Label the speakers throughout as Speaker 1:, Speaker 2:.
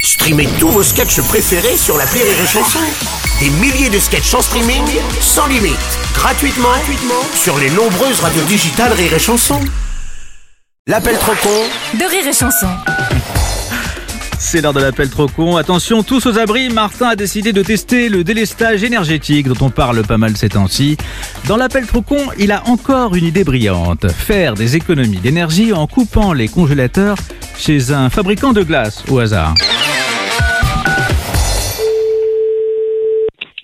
Speaker 1: Streamez tous vos sketchs préférés sur la Rire et Chanson. Des milliers de sketchs en streaming, sans limite, gratuitement, gratuitement sur les nombreuses radios digitales Rire et Chanson. L'appel trop con
Speaker 2: de rire et chanson.
Speaker 3: C'est l'heure de l'appel trop con. Attention, tous aux abris, Martin a décidé de tester le délestage énergétique dont on parle pas mal ces temps-ci. Dans l'appel trop con, il a encore une idée brillante. Faire des économies d'énergie en coupant les congélateurs chez un fabricant de glace au hasard.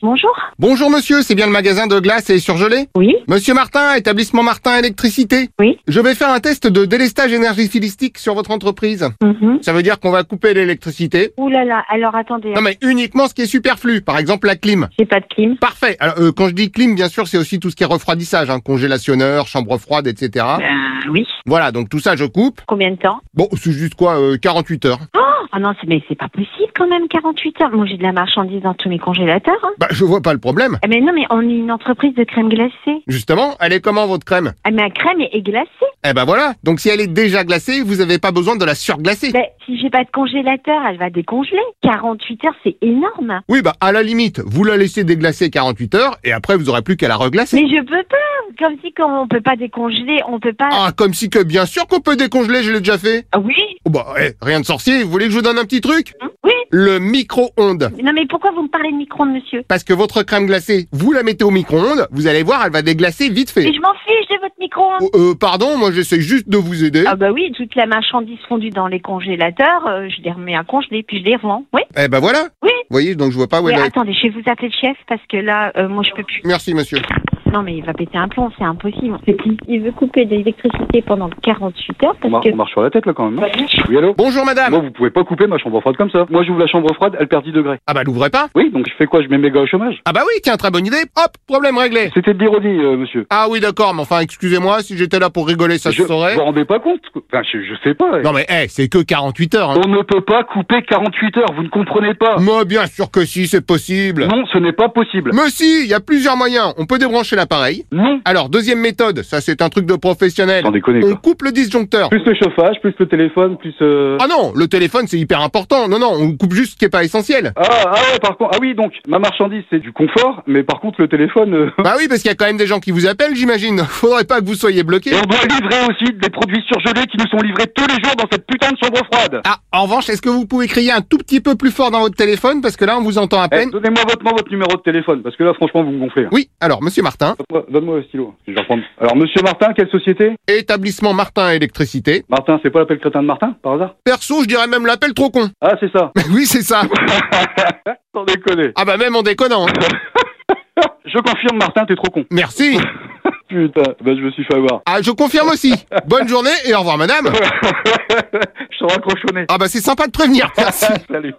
Speaker 4: Bonjour.
Speaker 5: Bonjour monsieur, c'est bien le magasin de glace et surgelé
Speaker 4: Oui.
Speaker 5: Monsieur Martin, établissement Martin Électricité.
Speaker 4: Oui.
Speaker 5: Je vais faire un test de délestage énergétique sur votre entreprise.
Speaker 4: Mhm.
Speaker 5: Ça veut dire qu'on va couper l'électricité.
Speaker 4: Ouh là là, alors attendez,
Speaker 5: Non mais uniquement ce qui est superflu, par exemple la clim.
Speaker 4: j'ai pas de clim.
Speaker 5: Parfait. Alors euh, quand je dis clim, bien sûr, c'est aussi tout ce qui est refroidissage, hein, congélationneur, chambre froide, etc.
Speaker 4: Euh, oui.
Speaker 5: Voilà, donc tout ça je coupe.
Speaker 4: Combien de temps
Speaker 5: Bon, c'est juste quoi, euh, 48 heures.
Speaker 4: Ah non, c'est- mais c'est pas possible quand même, 48 heures. Moi j'ai de la marchandise dans tous mes congélateurs. hein.
Speaker 5: Bah je vois pas le problème.
Speaker 4: Ah, mais non, mais on est une entreprise de crème glacée.
Speaker 5: Justement, elle est comment votre crème
Speaker 4: Ah, mais la crème est, est glacée.
Speaker 5: Eh ben voilà. Donc si elle est déjà glacée, vous avez pas besoin de la surglacer.
Speaker 4: Ben, si j'ai pas de congélateur, elle va décongeler. 48 heures, c'est énorme.
Speaker 5: Oui, bah, à la limite, vous la laissez déglacer 48 heures et après, vous aurez plus qu'à la reglacer.
Speaker 4: Mais je peux pas. Comme si quand on peut pas décongeler, on peut pas.
Speaker 5: Ah, comme si que bien sûr qu'on peut décongeler, je l'ai déjà fait.
Speaker 4: Ah oui
Speaker 5: Oh bah, eh, rien de sorcier, vous voulez que je vous donne un petit truc
Speaker 4: Hein Oui.
Speaker 5: Le micro-ondes.
Speaker 4: Non, mais pourquoi vous me parlez de micro-ondes, monsieur
Speaker 5: Parce que votre crème glacée, vous la mettez au micro-ondes, vous allez voir, elle va déglacer vite
Speaker 4: Mais
Speaker 5: fait.
Speaker 4: je m'en fiche de votre micro-ondes.
Speaker 5: Oh, euh, pardon, moi j'essaie juste de vous aider.
Speaker 4: Ah bah oui, toute la marchandise fondue dans les congélateurs, euh, je les remets à congeler puis je les revends. Oui.
Speaker 5: Eh ben voilà.
Speaker 4: Oui.
Speaker 5: Vous voyez, donc je vois pas où
Speaker 4: Mais
Speaker 5: elle est.
Speaker 4: attendez, je vais vous appeler le chef parce que là, euh, moi je peux plus.
Speaker 5: Merci monsieur.
Speaker 4: Non mais il va péter un plomb, c'est impossible. Il veut couper de l'électricité pendant 48 heures parce
Speaker 6: On, mar-
Speaker 4: que.
Speaker 6: on marche sur la tête là quand même. non Oui allô
Speaker 5: Bonjour madame.
Speaker 6: Moi vous pouvez pas couper ma chambre froide comme ça. Moi j'ouvre la chambre froide, elle perd 10 degrés.
Speaker 5: Ah bah l'ouvrez pas.
Speaker 6: Oui donc je fais quoi Je mets mes gars au chômage
Speaker 5: Ah bah oui, tiens, très bonne idée. Hop, problème réglé.
Speaker 6: C'était de l'ironie euh, monsieur.
Speaker 5: Ah oui, d'accord, mais enfin, excusez-moi, si j'étais là pour rigoler, ça
Speaker 6: je,
Speaker 5: se saurait.
Speaker 6: Vous vous rendez pas compte quoi. Enfin je, je sais pas. eh.
Speaker 5: Non mais, eh, c'est que 48 heures. Hein.
Speaker 6: On ne peut pas couper 48 heures, vous ne comprenez pas.
Speaker 5: Moi, bien sûr que si, c'est possible.
Speaker 6: Non, ce n'est pas possible.
Speaker 5: Mais si, il y a plusieurs moyens. On peut débrancher l'appareil.
Speaker 6: Non.
Speaker 5: Alors, deuxième méthode, ça c'est un truc de professionnel.
Speaker 6: Sans déconner
Speaker 5: On
Speaker 6: quoi.
Speaker 5: coupe le disjoncteur.
Speaker 6: Plus le chauffage, plus le téléphone, plus euh...
Speaker 5: Oh. Ah non, le téléphone c'est hyper important. Non, non, on coupe juste ce qui est pas essentiel.
Speaker 6: Ah, ah ouais, par contre, ah oui, donc, ma marchandise, c'est du confort, mais par contre, le téléphone, euh,
Speaker 5: Bah oui, parce qu'il y a quand même des gens qui vous appellent, j'imagine. Faudrait pas que vous soyez bloqué.
Speaker 6: et on doit livrer aussi des produits surgelés qui nous sont livrés tous les jours dans cette putain de chambre froide.
Speaker 5: Ah, en revanche, est-ce que vous pouvez crier un tout petit peu plus fort dans votre téléphone parce que là on vous entend à
Speaker 6: Eh,
Speaker 5: peine
Speaker 6: donnez-moi votre, moi, votre numéro de téléphone, parce que là, franchement, vous me gonflez. là.
Speaker 5: Oui, alors monsieur Martin,
Speaker 6: Donne-moi donne-moi le stylo, je vais reprendre. Alors, monsieur Martin, quelle société
Speaker 5: établissement Martin électricité.
Speaker 6: Martin, c'est pas l'appel crétin de Martin, par hasard
Speaker 5: Perso, je dirais même l'appel trop con.
Speaker 6: Ah, c'est ça.
Speaker 5: oui, c'est ça.
Speaker 6: Sans déconner.
Speaker 5: Ah bah même en déconnant. hein.
Speaker 6: Je confirme, Martin, t'es trop con.
Speaker 5: Merci.
Speaker 6: Putain, bah, je me suis fait avoir.
Speaker 5: Ah, je confirme aussi. Bonne journée et au revoir, madame.
Speaker 6: je suis raccrochonné.
Speaker 5: Ah bah c'est sympa de prévenir, merci.
Speaker 6: Salut.